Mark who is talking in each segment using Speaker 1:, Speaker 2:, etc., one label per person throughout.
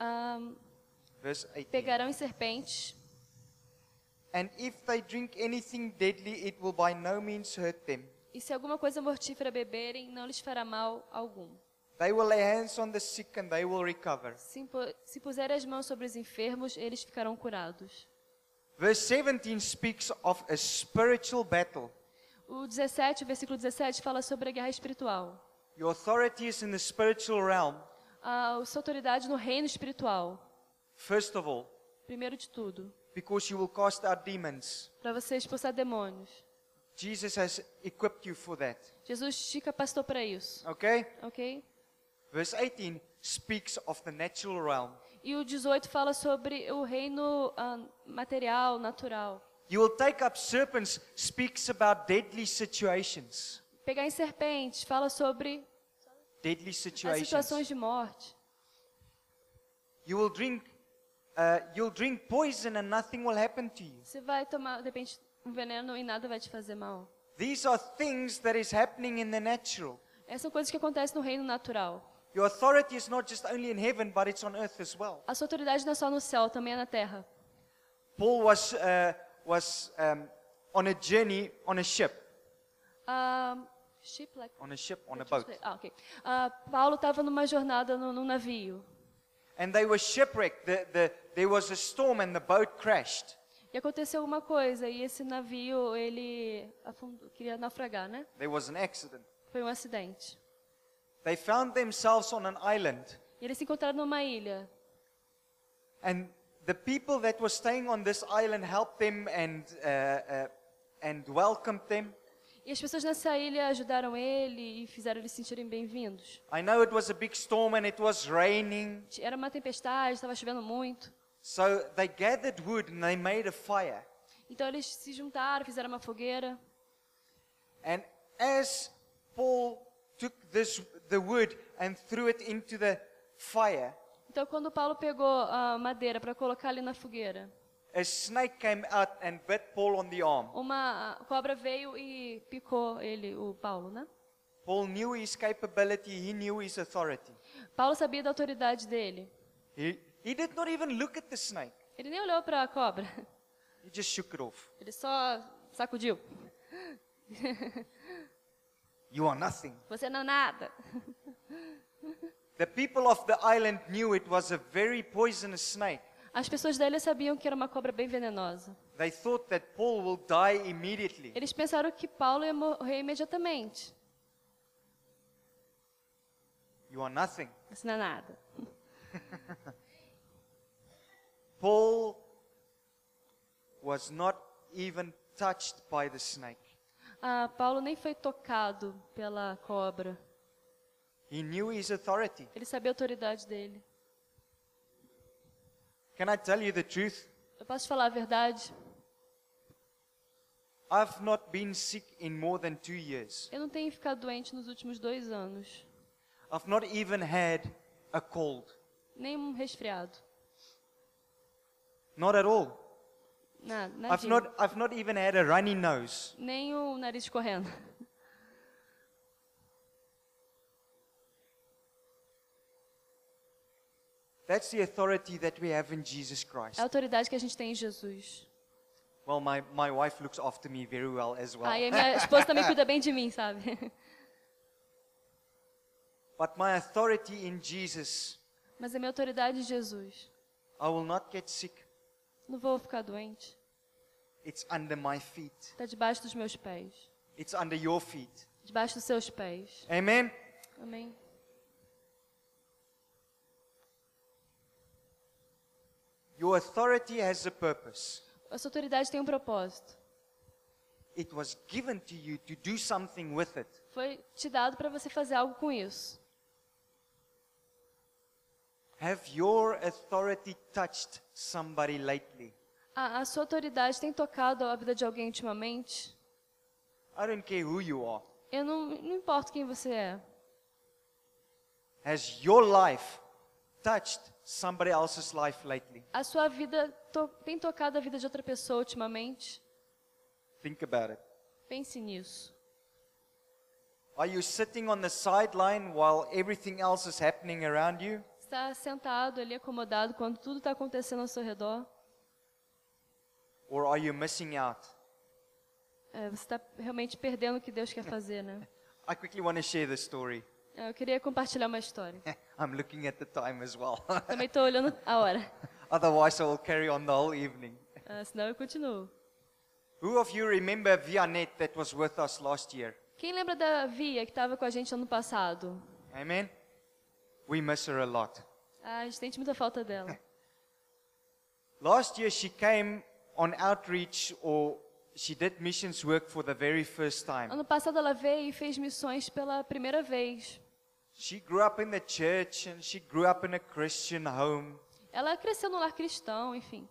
Speaker 1: Um,
Speaker 2: Verse 18.
Speaker 1: pegarão em serpentes,
Speaker 2: And if they drink anything deadly, it will by no means hurt them.
Speaker 1: e se alguma coisa mortífera beberem, não lhes fará mal algum.
Speaker 2: They will lay hands on the sick and they will recover.
Speaker 1: Se, impo- se puserem as mãos sobre os enfermos, eles ficarão curados.
Speaker 2: Verse 17 speaks of a spiritual battle.
Speaker 1: O 17, o versículo 17, fala sobre a guerra espiritual.
Speaker 2: Your authority is in the spiritual realm,
Speaker 1: A sua autoridade Ah, no reino espiritual,
Speaker 2: first of all,
Speaker 1: primeiro de tudo,
Speaker 2: because you will cast out demons.
Speaker 1: para você expulsar demônios.
Speaker 2: Jesus has equipped you for that.
Speaker 1: Jesus te capacitou para isso,
Speaker 2: Okay?
Speaker 1: ok?
Speaker 2: Verse 18 speaks of the natural realm.
Speaker 1: E o 18 fala sobre o reino ah, material, natural.
Speaker 2: You will take up serpents speaks about deadly situations.
Speaker 1: Pegar em serpentes fala sobre
Speaker 2: Deadly
Speaker 1: as
Speaker 2: situations.
Speaker 1: situações de morte.
Speaker 2: You will drink uh, you'll drink poison and nothing will happen to you.
Speaker 1: Você vai tomar, de repente, um veneno e nada vai te fazer mal.
Speaker 2: These are things that is happening in the natural.
Speaker 1: Essas são coisas que acontecem no reino natural.
Speaker 2: Your authority is not just only in heaven, but it's on earth as well.
Speaker 1: A sua autoridade não é só no céu, também é na terra.
Speaker 2: Paul was, uh, was um, on a journey on a ship,
Speaker 1: Ah, ship like-
Speaker 2: on a ship, on a boat.
Speaker 1: Ah, ok. Ah, Paulo estava numa jornada no- num navio.
Speaker 2: And they were shipwrecked. The, the, there was a storm and the boat crashed.
Speaker 1: E aconteceu alguma coisa, e esse navio, ele afundou, queria naufragar, né?
Speaker 2: There was an accident.
Speaker 1: Foi um acidente.
Speaker 2: They found themselves on an island.
Speaker 1: E eles se encontraram numa ilha.
Speaker 2: And the people that were staying on this island helped them and, uh, uh, and welcomed them.
Speaker 1: E as pessoas nessa ilha ajudaram ele e fizeram eles se sentirem bem-vindos.
Speaker 2: I know it was a big storm and it was raining.
Speaker 1: Era uma tempestade, estava chovendo muito.
Speaker 2: So they gathered wood and they made a fire.
Speaker 1: Então eles se juntaram, fizeram uma fogueira.
Speaker 2: And as Paul took this the wood and threw it into the fire,
Speaker 1: Então quando Paulo pegou a madeira para colocar ali na fogueira,
Speaker 2: a snake came out and bit Paul on the arm.
Speaker 1: uma cobra veio e picou ele, o Paulo, né?
Speaker 2: Paul knew his capability, he knew his authority.
Speaker 1: Paulo sabia da autoridade dele.
Speaker 2: He, he did not even look at the snake.
Speaker 1: Ele nem olhou para a cobra.
Speaker 2: He just shook it off.
Speaker 1: Ele só sacudiu.
Speaker 2: You are nothing.
Speaker 1: Você não é nada.
Speaker 2: The people of the island knew it was a very poisonous snake.
Speaker 1: As pessoas da ilha sabiam que era uma cobra bem venenosa.
Speaker 2: They thought that Paul will die immediately.
Speaker 1: Eles pensaram que Paulo ia morrer imediatamente.
Speaker 2: You are nothing.
Speaker 1: Isso não é nada.
Speaker 2: Paul was not even touched by the snake.
Speaker 1: Ah, Paulo nem foi tocado pela cobra.
Speaker 2: He knew his authority.
Speaker 1: Ele sabia a autoridade dele.
Speaker 2: Can I tell you the truth?
Speaker 1: Eu posso te falar a verdade?
Speaker 2: I've not been sick in more than two years.
Speaker 1: Eu não tenho ficado doente nos últimos dois anos.
Speaker 2: I've not even had a cold.
Speaker 1: Nem um resfriado.
Speaker 2: Not at all.
Speaker 1: Nada.
Speaker 2: I've
Speaker 1: nadinho.
Speaker 2: not, I've not even had a runny nose.
Speaker 1: Nem o nariz correndo.
Speaker 2: That's the authority that we have in Jesus
Speaker 1: É
Speaker 2: Christ.
Speaker 1: a autoridade que a gente tem em Jesus.
Speaker 2: Well, my, my wife looks after me very well as well.
Speaker 1: Aí a minha esposa também cuida bem de mim, sabe?
Speaker 2: But my authority in Jesus,
Speaker 1: Mas a minha autoridade em Jesus.
Speaker 2: I will not get sick.
Speaker 1: Não vou ficar doente.
Speaker 2: It's under my feet.
Speaker 1: Está debaixo dos meus pés.
Speaker 2: It's under your feet.
Speaker 1: Debaixo dos seus pés.
Speaker 2: Amen.
Speaker 1: Amém?
Speaker 2: Your authority has a purpose.
Speaker 1: A sua autoridade tem um propósito.
Speaker 2: It was given to you to do something with it.
Speaker 1: Foi te dado para você fazer algo com isso.
Speaker 2: Have your authority touched somebody lately?
Speaker 1: A, a sua autoridade tem tocado a vida de alguém ultimamente?
Speaker 2: I don't care who you are.
Speaker 1: Eu não, não importo quem você é.
Speaker 2: Has your life touched somebody else's life lately?
Speaker 1: A sua vida to, tem tocado a vida de outra pessoa ultimamente?
Speaker 2: Think about it.
Speaker 1: Pense nisso.
Speaker 2: Are you sitting on the sideline while everything else is happening around you?
Speaker 1: Você está sentado ali, acomodado, quando tudo está acontecendo ao seu redor?
Speaker 2: Or are you missing out?
Speaker 1: É, você está realmente perdendo o que Deus quer fazer, né?
Speaker 2: I quickly want to share this story.
Speaker 1: É, Eu queria compartilhar uma história.
Speaker 2: I'm looking at the time as well.
Speaker 1: Também estou olhando a hora,
Speaker 2: Otherwise, I will carry on the whole evening.
Speaker 1: Ah, senão eu continuo.
Speaker 2: Who of you remember Vianette that was with us last year?
Speaker 1: Quem lembra da Via que estava com a gente ano passado?
Speaker 2: Amen? We miss her a lot.
Speaker 1: Ah, a gente sente muita falta dela.
Speaker 2: Last year, she came on outreach or she did missions work for the very first time.
Speaker 1: Ano passado ela veio e fez missões pela primeira vez.
Speaker 2: She grew up in the church and she grew up in a Christian home.
Speaker 1: Ela cresceu no lar cristão, enfim.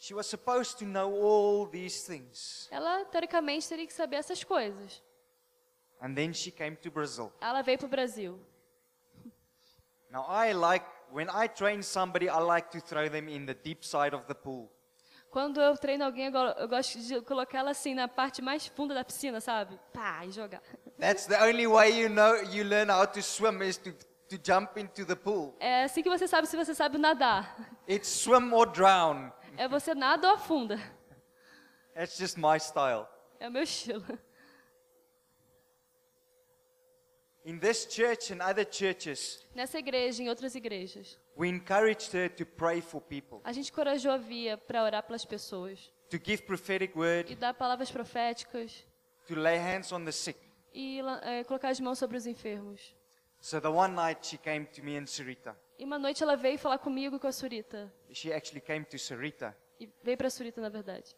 Speaker 2: She was supposed to know all these things.
Speaker 1: Ela, teoricamente, teria que saber essas coisas.
Speaker 2: And then she came to Brazil.
Speaker 1: Ela veio para o Brasil.
Speaker 2: Now, I like, when I train somebody, I like to throw them in the deep side of the pool.
Speaker 1: Quando eu treino alguém, eu go- eu gosto de colocar ela assim na parte mais funda da piscina, sabe? Pá, e jogar.
Speaker 2: That's the only way you know you learn how to swim is to, to jump into the pool.
Speaker 1: É assim que você sabe se você sabe nadar.
Speaker 2: It's swim or drown.
Speaker 1: É você nada ou afunda.
Speaker 2: That's just my style.
Speaker 1: É o meu estilo.
Speaker 2: In this church and other churches,
Speaker 1: Nessa igreja, em outras igrejas,
Speaker 2: we encouraged her to pray for people,
Speaker 1: a gente encorajou a Via para orar pelas pessoas
Speaker 2: to give prophetic
Speaker 1: e
Speaker 2: word,
Speaker 1: dar palavras proféticas
Speaker 2: to lay hands on the sick.
Speaker 1: e la- é, colocar as mãos sobre os enfermos.
Speaker 2: So the one night she came to me and Sarita.
Speaker 1: E uma noite ela veio falar comigo e com a Surita.
Speaker 2: She actually came to Sarita.
Speaker 1: E veio para a Surita, na verdade.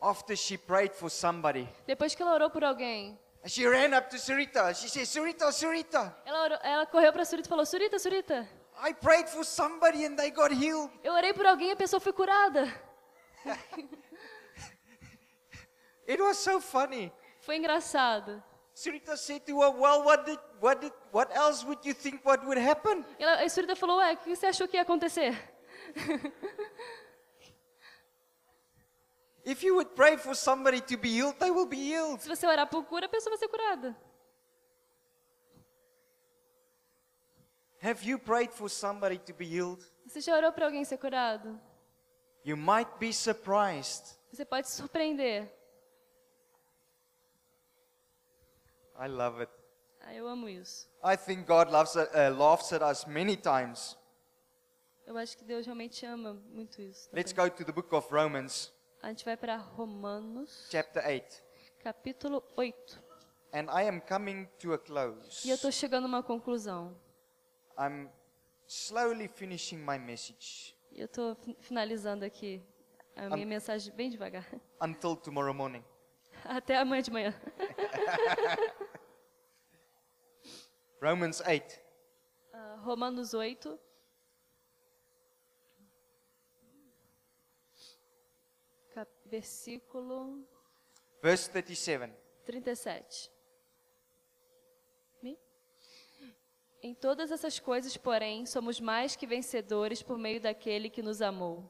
Speaker 2: After she prayed for somebody,
Speaker 1: Depois que ela orou por alguém,
Speaker 2: and she ran up to Sarita. She said, Sarita, Sarita,
Speaker 1: ela, orou- ela correu para a Surita e falou: Surita, Surita,
Speaker 2: I prayed for somebody and they got healed.
Speaker 1: eu orei por alguém e a pessoa foi curada.
Speaker 2: It was so funny.
Speaker 1: Foi engraçado.
Speaker 2: Sarita said to her, Well, what, did, what, did, what else would you think what would happen?
Speaker 1: E ela, a Surita falou: Ué, o que você achou que ia acontecer?
Speaker 2: If you would pray for somebody to be healed, they will be healed.
Speaker 1: Se você orar por cura, a pessoa vai ser curada.
Speaker 2: Have you prayed for somebody to be healed?
Speaker 1: Você já orou para alguém ser curado?
Speaker 2: You might be surprised.
Speaker 1: Você pode se surpreender.
Speaker 2: I love it.
Speaker 1: Ah, eu amo isso.
Speaker 2: I think God loves, uh, laughs at us many times.
Speaker 1: Eu acho que Deus realmente ama muito isso. também.
Speaker 2: Let's go to the book of Romans,
Speaker 1: A gente vai para Romanos,
Speaker 2: chapter 8.
Speaker 1: capítulo 8.
Speaker 2: And I am coming to a close.
Speaker 1: E eu estou chegando a uma conclusão.
Speaker 2: I'm slowly finishing my message
Speaker 1: E eu estou finalizando aqui a minha mensagem bem devagar.
Speaker 2: until tomorrow morning.
Speaker 1: Até amanhã de manhã.
Speaker 2: Romans 8.
Speaker 1: Ah, Romanos 8. cap- Versículo
Speaker 2: Verse 37.
Speaker 1: 37. Me? Em todas essas coisas, porém, somos mais que vencedores por meio daquele que nos amou.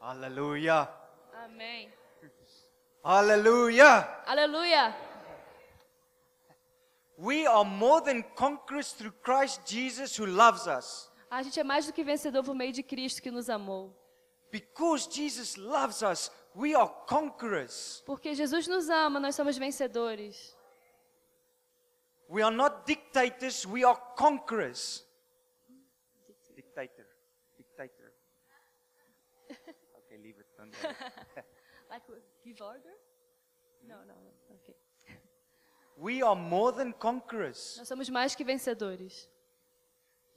Speaker 2: Hallelujah.
Speaker 1: Amém.
Speaker 2: Hallelujah.
Speaker 1: Aleluia!
Speaker 2: We are more than conquerors through Christ Jesus who loves us.
Speaker 1: A gente é mais do que vencedor por meio de Cristo que nos amou.
Speaker 2: Because Jesus loves us, we are conquerors.
Speaker 1: Porque Jesus nos ama, nós somos vencedores.
Speaker 2: We are not dictators, we are conquerors. Dictator. Dictator. Okay, leave it. Don't worry.
Speaker 1: Like give order? Não, não, não. Ok.
Speaker 2: We are more than conquerors.
Speaker 1: Nós somos mais que vencedores.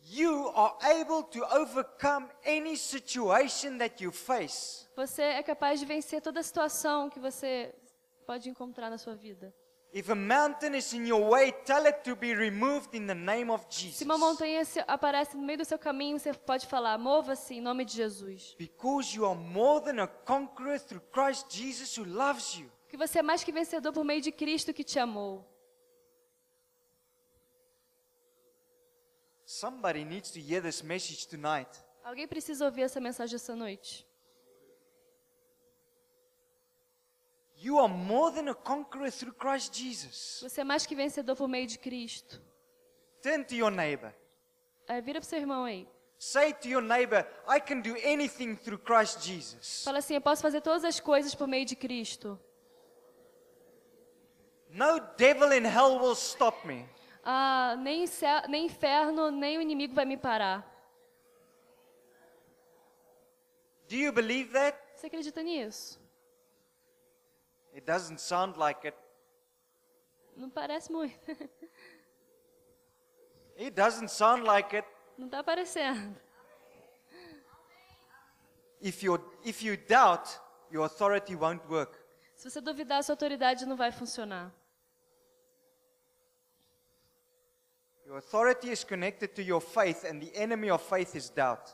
Speaker 2: You are able to overcome any situation that you face.
Speaker 1: Você é capaz de vencer toda situação que você pode encontrar na sua vida.
Speaker 2: If a mountain is in your way, tell it to be removed in the name of
Speaker 1: Se uma
Speaker 2: Jesus.
Speaker 1: montanha se- aparece no meio do seu caminho, você pode falar: mova-se em nome de Jesus.
Speaker 2: Because you are more than a conqueror through Christ Jesus who loves you.
Speaker 1: Que você é mais que vencedor por meio de Cristo que te amou.
Speaker 2: Somebody needs to hear this message tonight.
Speaker 1: Alguém precisa ouvir essa mensagem essa noite.
Speaker 2: You are more than a conqueror through Christ Jesus.
Speaker 1: Você é mais que vencedor por meio de Cristo.
Speaker 2: Turn to your neighbor
Speaker 1: É, vira pro seu irmão aí.
Speaker 2: Say to your neighbor, I can do anything through Christ Jesus.
Speaker 1: Fala assim: eu posso fazer todas as coisas por meio de Cristo.
Speaker 2: No devil in hell will stop me.
Speaker 1: Ah, nem, ince- nem inferno, nem o inimigo vai me parar.
Speaker 2: Do you believe that?
Speaker 1: Você acredita nisso?
Speaker 2: It doesn't sound like it.
Speaker 1: Não parece muito.
Speaker 2: It doesn't sound like it.
Speaker 1: Não tá parecendo.
Speaker 2: If you if you doubt, your authority won't work.
Speaker 1: Se você duvidar, a sua autoridade não vai funcionar.
Speaker 2: Your authority is connected to your faith and the enemy of faith is doubt.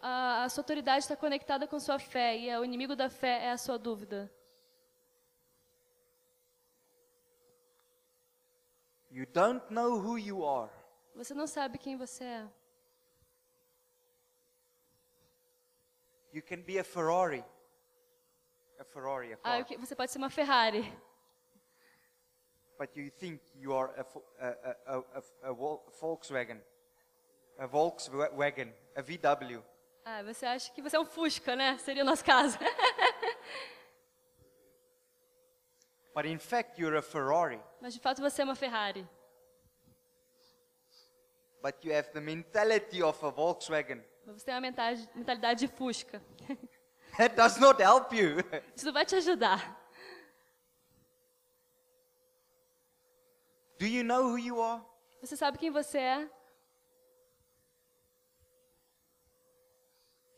Speaker 1: A, a sua autoridade está conectada com sua fé e é- o inimigo da fé é a sua dúvida.
Speaker 2: You don't know who you are.
Speaker 1: Você não sabe quem você é.
Speaker 2: You can be a Ferrari. A Ferrari, a
Speaker 1: Ah,
Speaker 2: car.
Speaker 1: eu que- você pode ser uma Ferrari,
Speaker 2: But you think you are a, fo- a, a, a, a, a Vol- Volkswagen. A Volkswagen. A VW.
Speaker 1: Ah, você acha que você é um Fusca, né? Seria o nosso caso.
Speaker 2: But in fact, you're a Ferrari.
Speaker 1: Mas de fato você é uma Ferrari.
Speaker 2: But you have the mentality of a Volkswagen.
Speaker 1: Mas Você tem uma mentalidade, mentalidade de Fusca.
Speaker 2: That does not help you.
Speaker 1: Isso não vai te ajudar.
Speaker 2: Do you know who you are?
Speaker 1: Você sabe quem você é?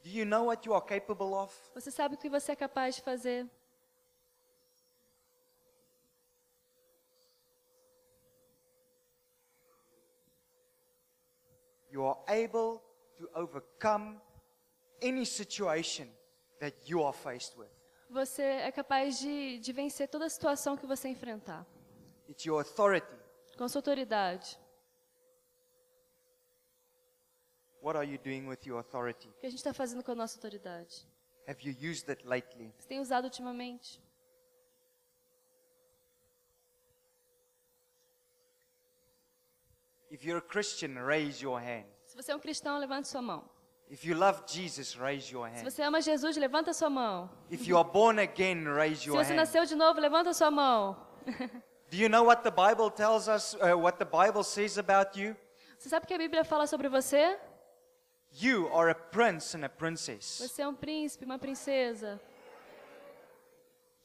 Speaker 2: Do you know what you are capable of?
Speaker 1: Você sabe o que você é capaz de fazer?
Speaker 2: You are able to overcome any situation that you are faced with.
Speaker 1: Você é capaz de, de vencer toda a situação que você enfrentar.
Speaker 2: It's your authority.
Speaker 1: Com sua autoridade.
Speaker 2: What are you doing with your authority?
Speaker 1: O que a gente está fazendo com a nossa autoridade?
Speaker 2: Have you used it lately?
Speaker 1: Você tem usado ultimamente?
Speaker 2: If you're a Christian, raise your hand.
Speaker 1: Se você é um cristão, levante sua mão.
Speaker 2: If you love Jesus, raise your
Speaker 1: Se
Speaker 2: hand.
Speaker 1: você ama Jesus, levanta sua mão.
Speaker 2: If you are born again, raise
Speaker 1: Se
Speaker 2: your
Speaker 1: você
Speaker 2: hand.
Speaker 1: nasceu de novo, levanta sua mão.
Speaker 2: Do you know what the Bible tells us, uh, what the Bible says about you?
Speaker 1: Você sabe o que a Bíblia fala sobre você?
Speaker 2: You are a prince and a princess.
Speaker 1: Você é um príncipe, uma princesa.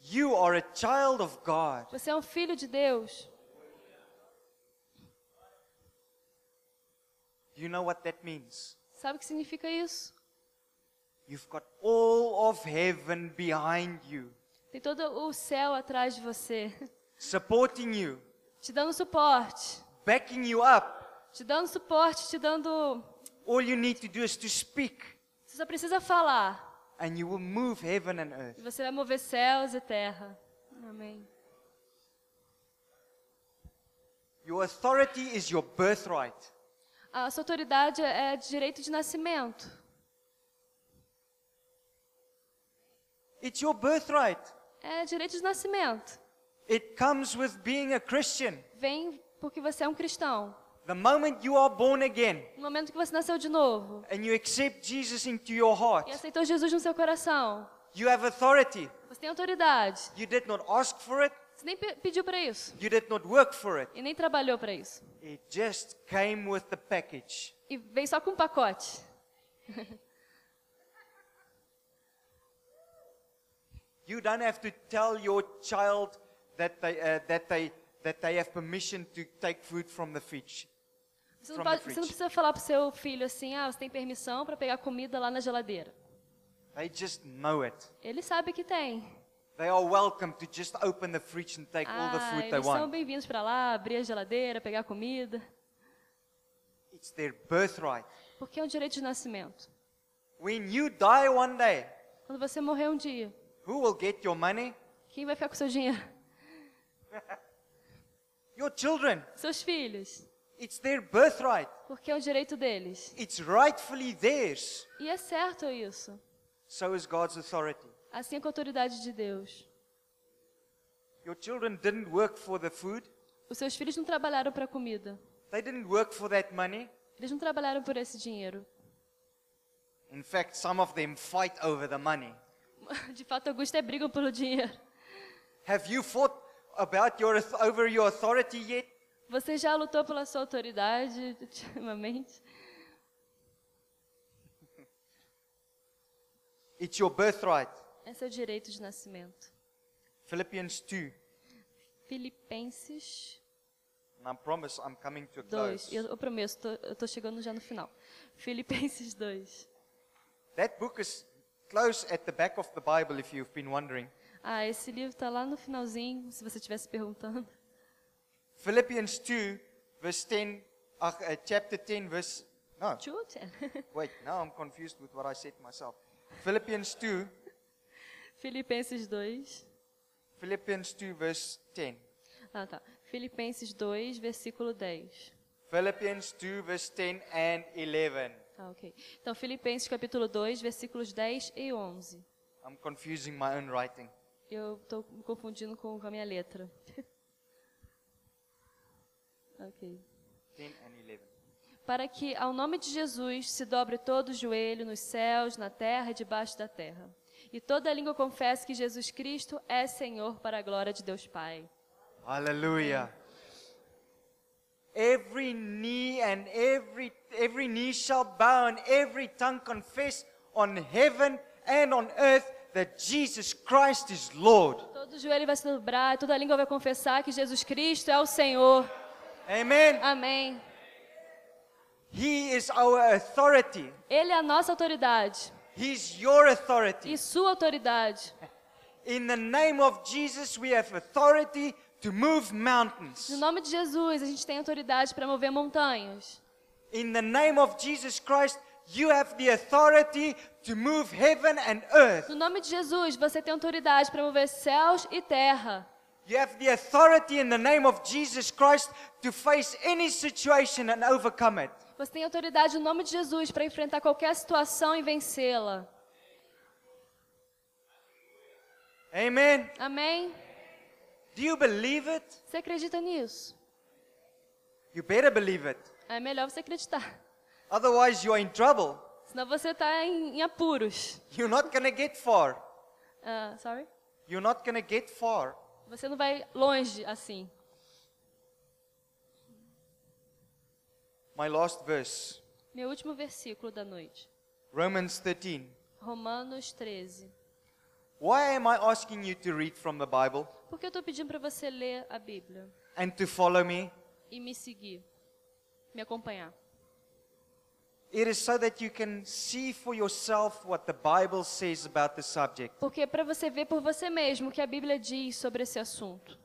Speaker 2: You are a child of God.
Speaker 1: Você é um filho de Deus.
Speaker 2: Do you know what that means?
Speaker 1: Sabe o que significa isso?
Speaker 2: You've got all of heaven behind you,
Speaker 1: Tem todo o céu atrás de você,
Speaker 2: supporting you,
Speaker 1: te dando suporte,
Speaker 2: backing you up.
Speaker 1: te dando suporte, te dando.
Speaker 2: All you need to do is to speak,
Speaker 1: Você só precisa falar
Speaker 2: and you will move heaven and
Speaker 1: e
Speaker 2: earth.
Speaker 1: você vai mover céus e terra. Amém.
Speaker 2: Your authority is your birthright.
Speaker 1: A sua autoridade é de direito de nascimento.
Speaker 2: It's your birthright.
Speaker 1: É direito de nascimento.
Speaker 2: It comes with being a Christian.
Speaker 1: Vem porque você é um cristão.
Speaker 2: The moment you are born again
Speaker 1: No momento que você nasceu de novo
Speaker 2: and you accept Jesus into your heart,
Speaker 1: e aceitou Jesus no seu coração,
Speaker 2: you have authority.
Speaker 1: você tem autoridade.
Speaker 2: You did not ask for it,
Speaker 1: Você nem pe- pediu para isso
Speaker 2: you did not work for it.
Speaker 1: e nem trabalhou para isso.
Speaker 2: It just came with the package.
Speaker 1: E vem só com um pacote.
Speaker 2: You don't have to tell your child that they, uh, that they, that they have permission to take food from the fridge.
Speaker 1: Você
Speaker 2: From
Speaker 1: não,
Speaker 2: the
Speaker 1: pode-
Speaker 2: fridge.
Speaker 1: você não precisa falar pro seu filho assim, ah, você tem permissão para pegar comida lá na geladeira.
Speaker 2: They just know it.
Speaker 1: Ele sabe que tem.
Speaker 2: They are welcome to just open the fridge and take all the
Speaker 1: Ah,
Speaker 2: food they
Speaker 1: eles são
Speaker 2: want.
Speaker 1: bem-vindos para lá, abrir a geladeira, pegar comida,
Speaker 2: It's their birthright.
Speaker 1: porque é um direito de nascimento.
Speaker 2: When you die one day,
Speaker 1: Quando você morrer um dia,
Speaker 2: who will get your money?
Speaker 1: quem vai ficar com seu dinheiro?
Speaker 2: Your children.
Speaker 1: Seus filhos,
Speaker 2: It's their birthright.
Speaker 1: porque é um direito deles.
Speaker 2: It's rightfully theirs.
Speaker 1: E é certo isso.
Speaker 2: So is God's authority.
Speaker 1: Assim é com a autoridade de Deus.
Speaker 2: Your children didn't work for the food.
Speaker 1: Os seus filhos não trabalharam para comida.
Speaker 2: They didn't work for that money.
Speaker 1: Eles não trabalharam por esse dinheiro.
Speaker 2: In fact, some of them fight over the money.
Speaker 1: De fato, alguns até brigam pelo dinheiro.
Speaker 2: Have you fought about your auth- over your authority yet?
Speaker 1: Você já lutou pela sua autoridade ultimamente?
Speaker 2: It's your birthright.
Speaker 1: É seu direito de nascimento.
Speaker 2: Philippians 2.
Speaker 1: Filipenses
Speaker 2: And I promise I'm coming to a close.
Speaker 1: 2. Eu, eu prometo, tô- eu tô chegando já no final. Filipenses 2.
Speaker 2: That book is close at the back of the Bible if you've been wondering.
Speaker 1: Ah, esse livro está lá no finalzinho, se você estivesse perguntando.
Speaker 2: Philippians 2 verse 10 ach, uh, chapter 10 verse no
Speaker 1: Tchutcha.
Speaker 2: wait now I'm confused with what I said myself. Philippians 2
Speaker 1: Filipenses 2.
Speaker 2: Philippians 2 verse 10.
Speaker 1: Ah, tá. Filipenses 2, versículo 10.
Speaker 2: Philippians 2 verse 10 and 11.
Speaker 1: Ah, ok. Então, Filipenses capítulo 2, versículos 10 e 11.
Speaker 2: I'm confusing my own writing.
Speaker 1: Eu estou me confundindo com com a minha letra. ok.
Speaker 2: 10 and 11.
Speaker 1: Para que ao nome de Jesus se dobre todo o joelho nos céus, na terra e debaixo da terra. E toda língua confesse que Jesus Cristo é Senhor para a glória de Deus Pai.
Speaker 2: Hallelujah. Every knee and every every knee shall bow and every tongue confess on heaven and on earth that Jesus Christ is Lord.
Speaker 1: Todo joelho vai se dobrar, toda língua vai confessar que Jesus Cristo é o Senhor.
Speaker 2: Amen.
Speaker 1: Amém.
Speaker 2: He is our authority.
Speaker 1: Ele é a nossa autoridade
Speaker 2: He's your authority.
Speaker 1: e sua autoridade.
Speaker 2: In the name of Jesus, we have authority to move
Speaker 1: No
Speaker 2: mountains.
Speaker 1: nome de Jesus, a gente tem autoridade para mover montanhas.
Speaker 2: In the name of Jesus Christ, you have the authority to move heaven and earth.
Speaker 1: No nome de Jesus, você tem autoridade para mover céus e terra.
Speaker 2: You have the authority in the name of Jesus Christ to face any situation and overcome it.
Speaker 1: Você tem autoridade no nome de Jesus para enfrentar qualquer situação e vencê-la.
Speaker 2: Amen.
Speaker 1: Amém?
Speaker 2: Do you believe it?
Speaker 1: Você acredita nisso?
Speaker 2: You better believe it.
Speaker 1: É melhor você acreditar.
Speaker 2: Otherwise, you're in trouble.
Speaker 1: Senão você está em, em apuros.
Speaker 2: You're not going to get far.
Speaker 1: Ah, sorry?
Speaker 2: You're not going to get far.
Speaker 1: Você não vai longe assim.
Speaker 2: My last verse,
Speaker 1: Meu último versículo da noite.
Speaker 2: Romans 13.
Speaker 1: Romanos 13.
Speaker 2: Why am I asking you to read from the Bible
Speaker 1: Por que eu estou pedindo para você ler a Bíblia
Speaker 2: and to follow me?
Speaker 1: e me seguir, me acompanhar?
Speaker 2: It is so that you can see for yourself what the Bible says about the subject,
Speaker 1: Porque é para você ver por você mesmo o que a Bíblia diz sobre esse assunto.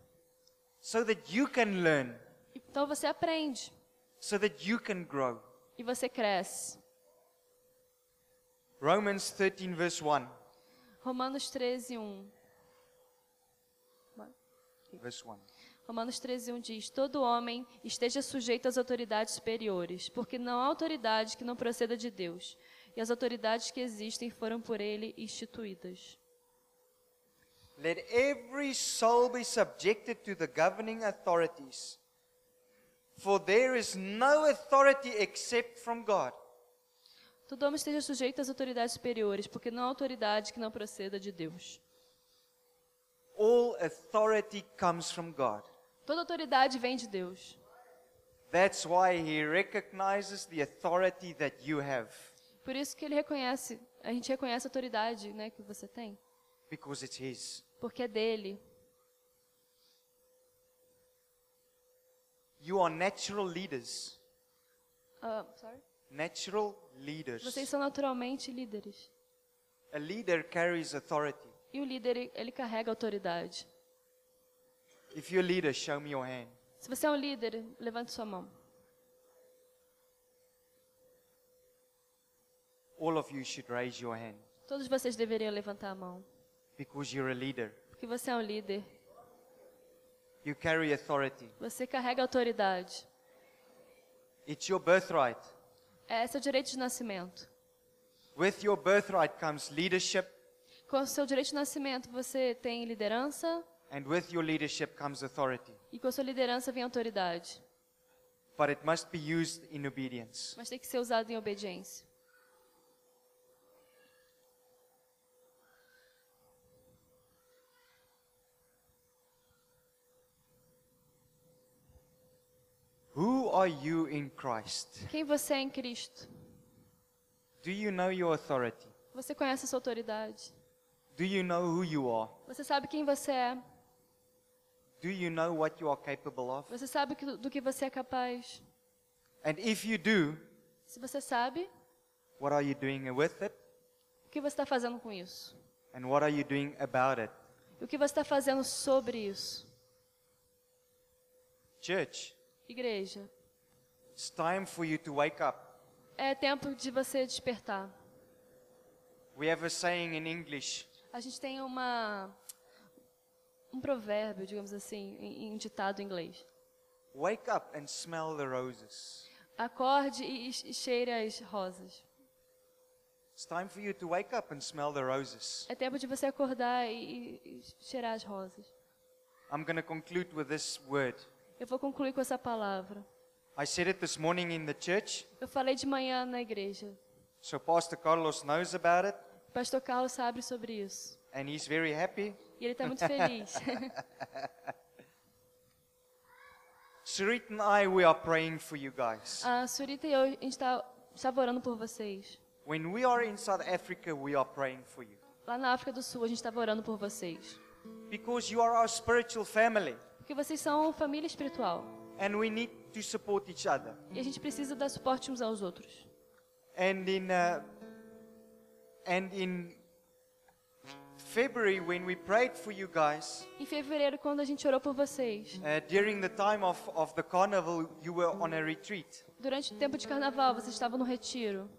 Speaker 2: so that you can learn,
Speaker 1: Então você aprende
Speaker 2: so that you can grow.
Speaker 1: e você cresce.
Speaker 2: Romans 13, verse 1.
Speaker 1: Romanos 13, 1.
Speaker 2: Verse 1.
Speaker 1: Romanos 13, 1 diz: Todo homem esteja sujeito às autoridades superiores, porque não há autoridade que não proceda de Deus. E as autoridades que existem foram por ele instituídas.
Speaker 2: Let every soul be subjected to the governing authorities, for there is no authority except from God.
Speaker 1: Todo homem esteja sujeito às autoridades superiores, porque não há autoridade que não proceda de Deus.
Speaker 2: All authority comes from God.
Speaker 1: Toda autoridade vem de Deus.
Speaker 2: That's why he recognizes the authority that you have,
Speaker 1: Por isso que ele reconhece, a gente reconhece a autoridade né, que você tem,
Speaker 2: because it's his.
Speaker 1: porque é dele.
Speaker 2: You are natural leaders.
Speaker 1: Ah, sorry?
Speaker 2: Natural leaders.
Speaker 1: Vocês são naturalmente líderes.
Speaker 2: A leader carries authority.
Speaker 1: E o líder, ele- ele carrega autoridade.
Speaker 2: If you're a leader, show me your hand.
Speaker 1: Se você é um líder, levante sua mão.
Speaker 2: All of you should raise your hand
Speaker 1: Todos vocês deveriam levantar a mão,
Speaker 2: because you're a leader.
Speaker 1: porque você é um líder.
Speaker 2: You carry authority.
Speaker 1: Você carrega autoridade.
Speaker 2: It's your birthright.
Speaker 1: É seu direito de nascimento.
Speaker 2: With your birthright comes leadership,
Speaker 1: Com o seu direito de nascimento, você tem liderança
Speaker 2: and with your leadership comes authority.
Speaker 1: e com a sua liderança vem autoridade.
Speaker 2: but it must be used in obedience.
Speaker 1: mas tem que ser usado em obediência.
Speaker 2: Who are you in Christ?
Speaker 1: Quem você é em Cristo?
Speaker 2: Do you know your authority?
Speaker 1: Você conhece a sua autoridade?
Speaker 2: Do you know who you are?
Speaker 1: Você sabe quem você é?
Speaker 2: Do you know what you are capable of?
Speaker 1: Você sabe que- do que você é capaz?
Speaker 2: And if you do,
Speaker 1: Se você sabe,
Speaker 2: what are you doing with it?
Speaker 1: o que você está fazendo com isso?
Speaker 2: And what are you doing about it?
Speaker 1: E o que você está fazendo sobre isso?
Speaker 2: Church,
Speaker 1: Igreja,
Speaker 2: it's time for you to wake up.
Speaker 1: é tempo de você despertar.
Speaker 2: We have a saying in English
Speaker 1: A gente tem uma um provérbio, digamos assim, em, em ditado em inglês.
Speaker 2: wake up and smell the roses.
Speaker 1: Acorde e, e cheire as rosas.
Speaker 2: It's time for you to wake up and smell the roses.
Speaker 1: É tempo de você acordar e, e- e cheirar as rosas.
Speaker 2: I'm going to conclude with this word.
Speaker 1: Eu vou concluir com essa palavra.
Speaker 2: I said it this morning in the church,
Speaker 1: Eu falei de manhã na igreja.
Speaker 2: so Pastor Carlos knows about it,
Speaker 1: O pastor Carlos sabe sobre isso.
Speaker 2: and he's very happy.
Speaker 1: E ele está muito feliz.
Speaker 2: Sarit and I, we are praying for you guys.
Speaker 1: A Surita e eu, a gente tá, estava orando por vocês.
Speaker 2: When we are in South Africa, we are praying for you.
Speaker 1: Lá na África do Sul, a gente estava orando por vocês.
Speaker 2: Because you are our spiritual family,
Speaker 1: Porque vocês são família espiritual.
Speaker 2: and we need to support each other.
Speaker 1: E a gente precisa dar suporte uns aos outros.
Speaker 2: And in, uh, and in February, when we prayed for you guys,
Speaker 1: Em fevereiro, quando a gente orou por vocês,
Speaker 2: uh, during the time of, of the carnival, you were on a retreat.
Speaker 1: durante o tempo de carnaval, vocês estavam no retiro.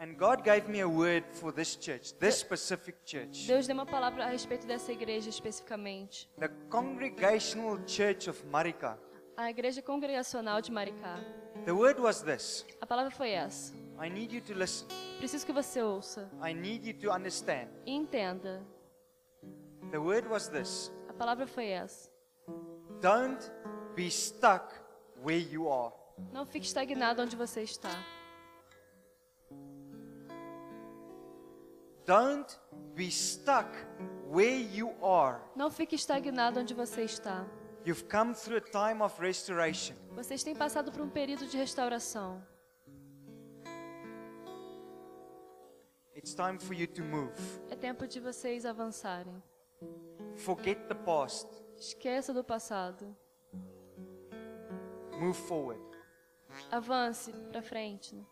Speaker 2: And God gave me a word for this church, this specific church.
Speaker 1: Deus deu uma palavra a respeito dessa igreja especificamente.
Speaker 2: The Congregational Church of Marika.
Speaker 1: A igreja congregacional de Maricá.
Speaker 2: The word was this
Speaker 1: A palavra foi essa.
Speaker 2: I need you to listen.
Speaker 1: Preciso que você ouça
Speaker 2: I need you to understand.
Speaker 1: e entenda.
Speaker 2: The word was this
Speaker 1: A palavra foi essa.
Speaker 2: Don't be stuck where you are.
Speaker 1: Não fique estagnado onde você está.
Speaker 2: Don't be stuck where you are.
Speaker 1: Não fique estagnado onde você está.
Speaker 2: You've come through a time of restoration.
Speaker 1: Vocês têm passado por um período de restauração.
Speaker 2: It's time for you to move.
Speaker 1: É tempo de vocês avançarem.
Speaker 2: Forget the past.
Speaker 1: Esqueça do passado.
Speaker 2: Move forward.
Speaker 1: Avance para frente. né?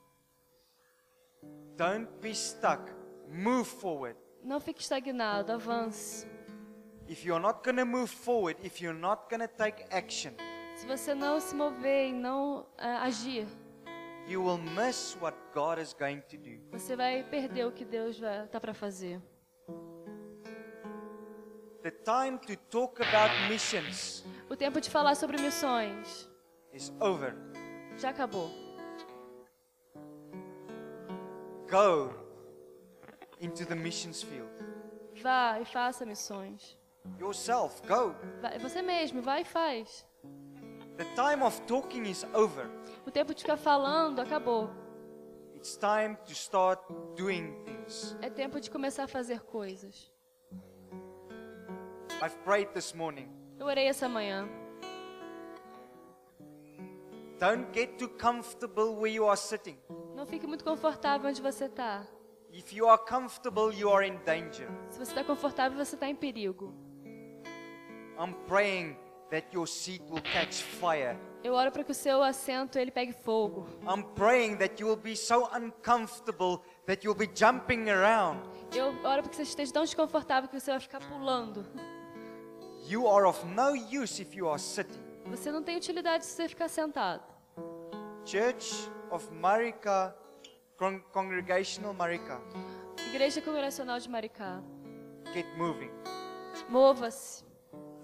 Speaker 2: Don't be stuck. Move forward.
Speaker 1: Não fique estagnado, avance.
Speaker 2: If you're not going to move forward, if you're not going to take action,
Speaker 1: Se você não se mover e não ah, agir,
Speaker 2: you will miss what God is going to do.
Speaker 1: você vai perder o que Deus vai tá para fazer.
Speaker 2: The time to talk about missions
Speaker 1: O tempo de falar sobre missões
Speaker 2: is over.
Speaker 1: já acabou.
Speaker 2: Go into the missions field.
Speaker 1: Vá e faça missões.
Speaker 2: Yourself, go.
Speaker 1: Vá, você mesmo, vai e faz.
Speaker 2: The time of talking is over.
Speaker 1: O tempo de ficar falando acabou.
Speaker 2: It's time to start doing things.
Speaker 1: É tempo de começar a fazer coisas.
Speaker 2: I've prayed this morning.
Speaker 1: Eu orei essa manhã.
Speaker 2: Don't get too comfortable where you are sitting.
Speaker 1: Não fique muito confortável onde você tá. está.
Speaker 2: If you are comfortable, you are in danger.
Speaker 1: Se você está confortável, você está em perigo.
Speaker 2: I'm praying that your seat will catch fire.
Speaker 1: Eu oro para que o seu assento ele pegue fogo.
Speaker 2: I'm praying that you will be so uncomfortable that you'll be jumping around.
Speaker 1: Eu oro para que você esteja tão desconfortável que você vai ficar pulando.
Speaker 2: You are of no use if you are sitting.
Speaker 1: Você não tem utilidade se você ficar sentado.
Speaker 2: Church of Marika, Con- Congregational Marika,
Speaker 1: Igreja Congregacional de Maricá,
Speaker 2: get moving.
Speaker 1: mova-se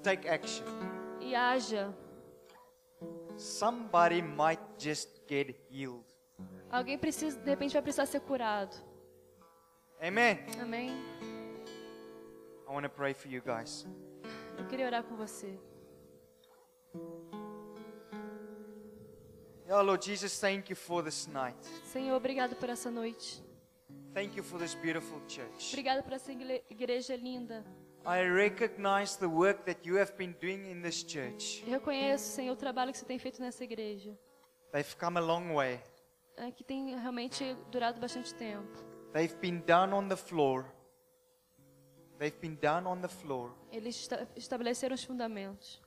Speaker 2: Take action.
Speaker 1: e haja.
Speaker 2: Somebody might just get healed.
Speaker 1: Alguém precisa, de repente, vai precisar ser curado.
Speaker 2: Amen.
Speaker 1: Amém?
Speaker 2: I want to pray for you guys.
Speaker 1: Eu queria orar com você.
Speaker 2: Yeah, Lord Jesus, thank you for this night.
Speaker 1: Senhor, obrigado por essa noite.
Speaker 2: Thank you for this beautiful church.
Speaker 1: Obrigado por essa igle- igreja linda.
Speaker 2: I recognize the work that you have been doing in this church.
Speaker 1: Eu reconheço, Senhor, o trabalho que você tem feito nessa igreja,
Speaker 2: They've come a long way.
Speaker 1: é, que tem realmente durado bastante tempo.
Speaker 2: They've been down on the floor. They've been down on the floor,
Speaker 1: Eles esta- estabeleceram os fundamentos,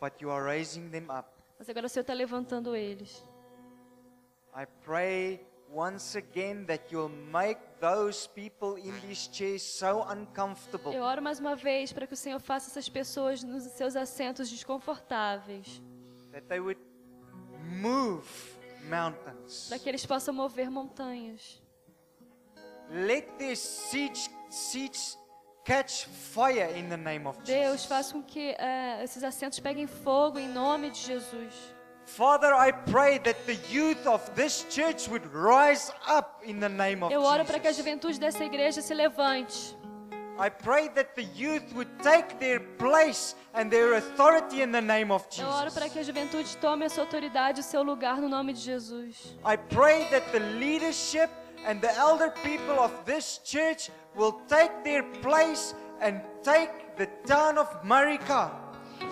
Speaker 2: but you are raising them up.
Speaker 1: mas agora o Senhor está levantando eles.
Speaker 2: I pray once again that you'll make those people in these chairs so
Speaker 1: Eu
Speaker 2: uncomfortable
Speaker 1: oro mais uma vez para que o Senhor faça essas pessoas nos seus assentos desconfortáveis,
Speaker 2: that they would move mountains.
Speaker 1: para que eles possam mover montanhas.
Speaker 2: Let their seeds, seeds catch fire in the name of
Speaker 1: Deus,
Speaker 2: Jesus.
Speaker 1: faça com que eh, esses assentos peguem fogo em nome de Jesus.
Speaker 2: Father, I pray that the youth of this church would rise up in the name of
Speaker 1: Eu oro para que a
Speaker 2: Oh, Jesus.
Speaker 1: juventude dessa igreja se levante.
Speaker 2: I pray that the youth would take their place and their authority in the name of
Speaker 1: Eu oro para
Speaker 2: Jesus.
Speaker 1: que a juventude tome a sua autoridade, o seu lugar no nome de Jesus.
Speaker 2: I pray that the leadership and the elder people of this church will take their place and take the town of Marika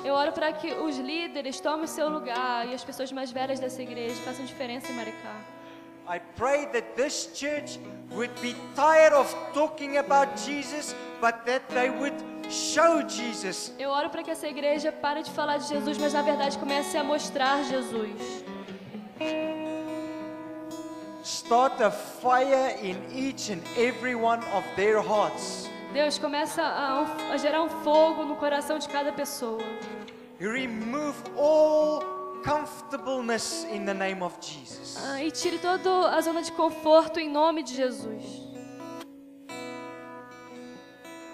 Speaker 1: Eu oro para que os líderes tomem o seu lugar e as pessoas mais velhas dessa igreja façam diferença em Maricá.
Speaker 2: I pray that this church would be tired of talking about Jesus, but that they would show Jesus.
Speaker 1: Eu oro para que essa igreja pare de falar de Jesus, mas na verdade comece a mostrar Jesus.
Speaker 2: Start a fire in each and every one of their hearts.
Speaker 1: Deus, começa a, a gerar um fogo no coração de cada pessoa.
Speaker 2: Remove all comfortableness in the name of Jesus.
Speaker 1: Ah, e tire toda a zona de conforto em nome de Jesus.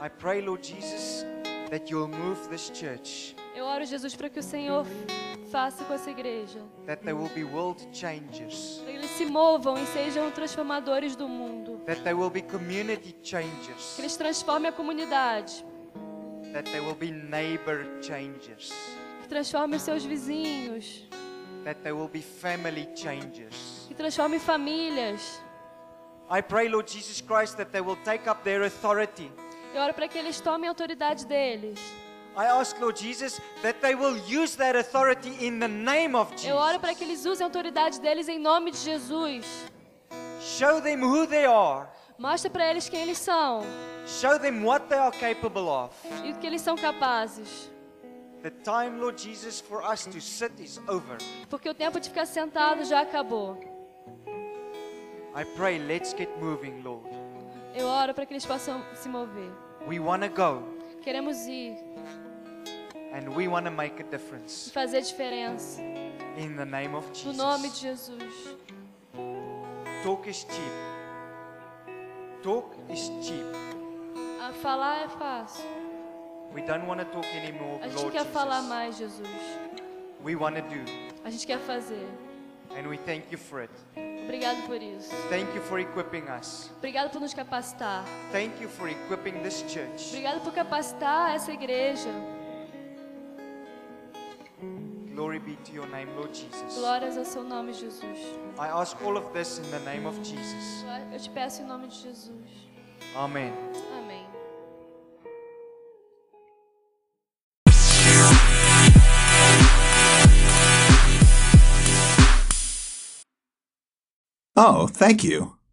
Speaker 2: I pray, Lord Jesus, that you'll move this church,
Speaker 1: Eu oro, Jesus, para que o Senhor faça com essa igreja.
Speaker 2: that there will be world changers,
Speaker 1: Que eles se movam e sejam transformadores do mundo.
Speaker 2: that there will be community
Speaker 1: Que
Speaker 2: changers,
Speaker 1: eles transformem a comunidade.
Speaker 2: that there will be neighbor changers,
Speaker 1: Que transformem os seus vizinhos.
Speaker 2: that there will be family changers.
Speaker 1: Que transformem famílias.
Speaker 2: I pray, Lord Jesus Christ, that they will take up their authority.
Speaker 1: Eu oro para que eles tomem a autoridade deles.
Speaker 2: I ask, Lord Jesus, that they will use that authority in the name of
Speaker 1: Eu oro para
Speaker 2: Jesus.
Speaker 1: que eles usem a autoridade deles em nome de Jesus.
Speaker 2: Show them who they are.
Speaker 1: Mostra para eles quem eles são
Speaker 2: Show them what they are capable of.
Speaker 1: e o que eles são capazes.
Speaker 2: The time, Lord Jesus, for us to sit is over.
Speaker 1: Porque o tempo de ficar sentado já acabou.
Speaker 2: I pray, let's get moving, Lord.
Speaker 1: Eu oro para que eles possam se mover.
Speaker 2: We want to go
Speaker 1: Queremos ir
Speaker 2: and we want to make a
Speaker 1: e
Speaker 2: difference
Speaker 1: fazer diferença.
Speaker 2: in the name of Jesus.
Speaker 1: No nome de Jesus.
Speaker 2: Talk is cheap. Talk is cheap.
Speaker 1: A falar é fácil.
Speaker 2: We don't want to talk anymore,
Speaker 1: A gente não
Speaker 2: Lord
Speaker 1: quer falar
Speaker 2: Jesus.
Speaker 1: mais, Jesus.
Speaker 2: We want to do,
Speaker 1: A gente quer fazer.
Speaker 2: and we thank you for it.
Speaker 1: Obrigado por isso.
Speaker 2: Thank you for equipping us.
Speaker 1: Obrigado por nos capacitar.
Speaker 2: Thank you for equipping this church.
Speaker 1: Obrigado por capacitar essa igreja.
Speaker 2: Glory be to your name, Lord Jesus.
Speaker 1: Glórias ao seu nome, Jesus.
Speaker 2: I ask all of this in the name of Jesus.
Speaker 1: Eu te peço em nome de Jesus.
Speaker 2: Amen.
Speaker 1: Amém.
Speaker 3: Oh, thank you.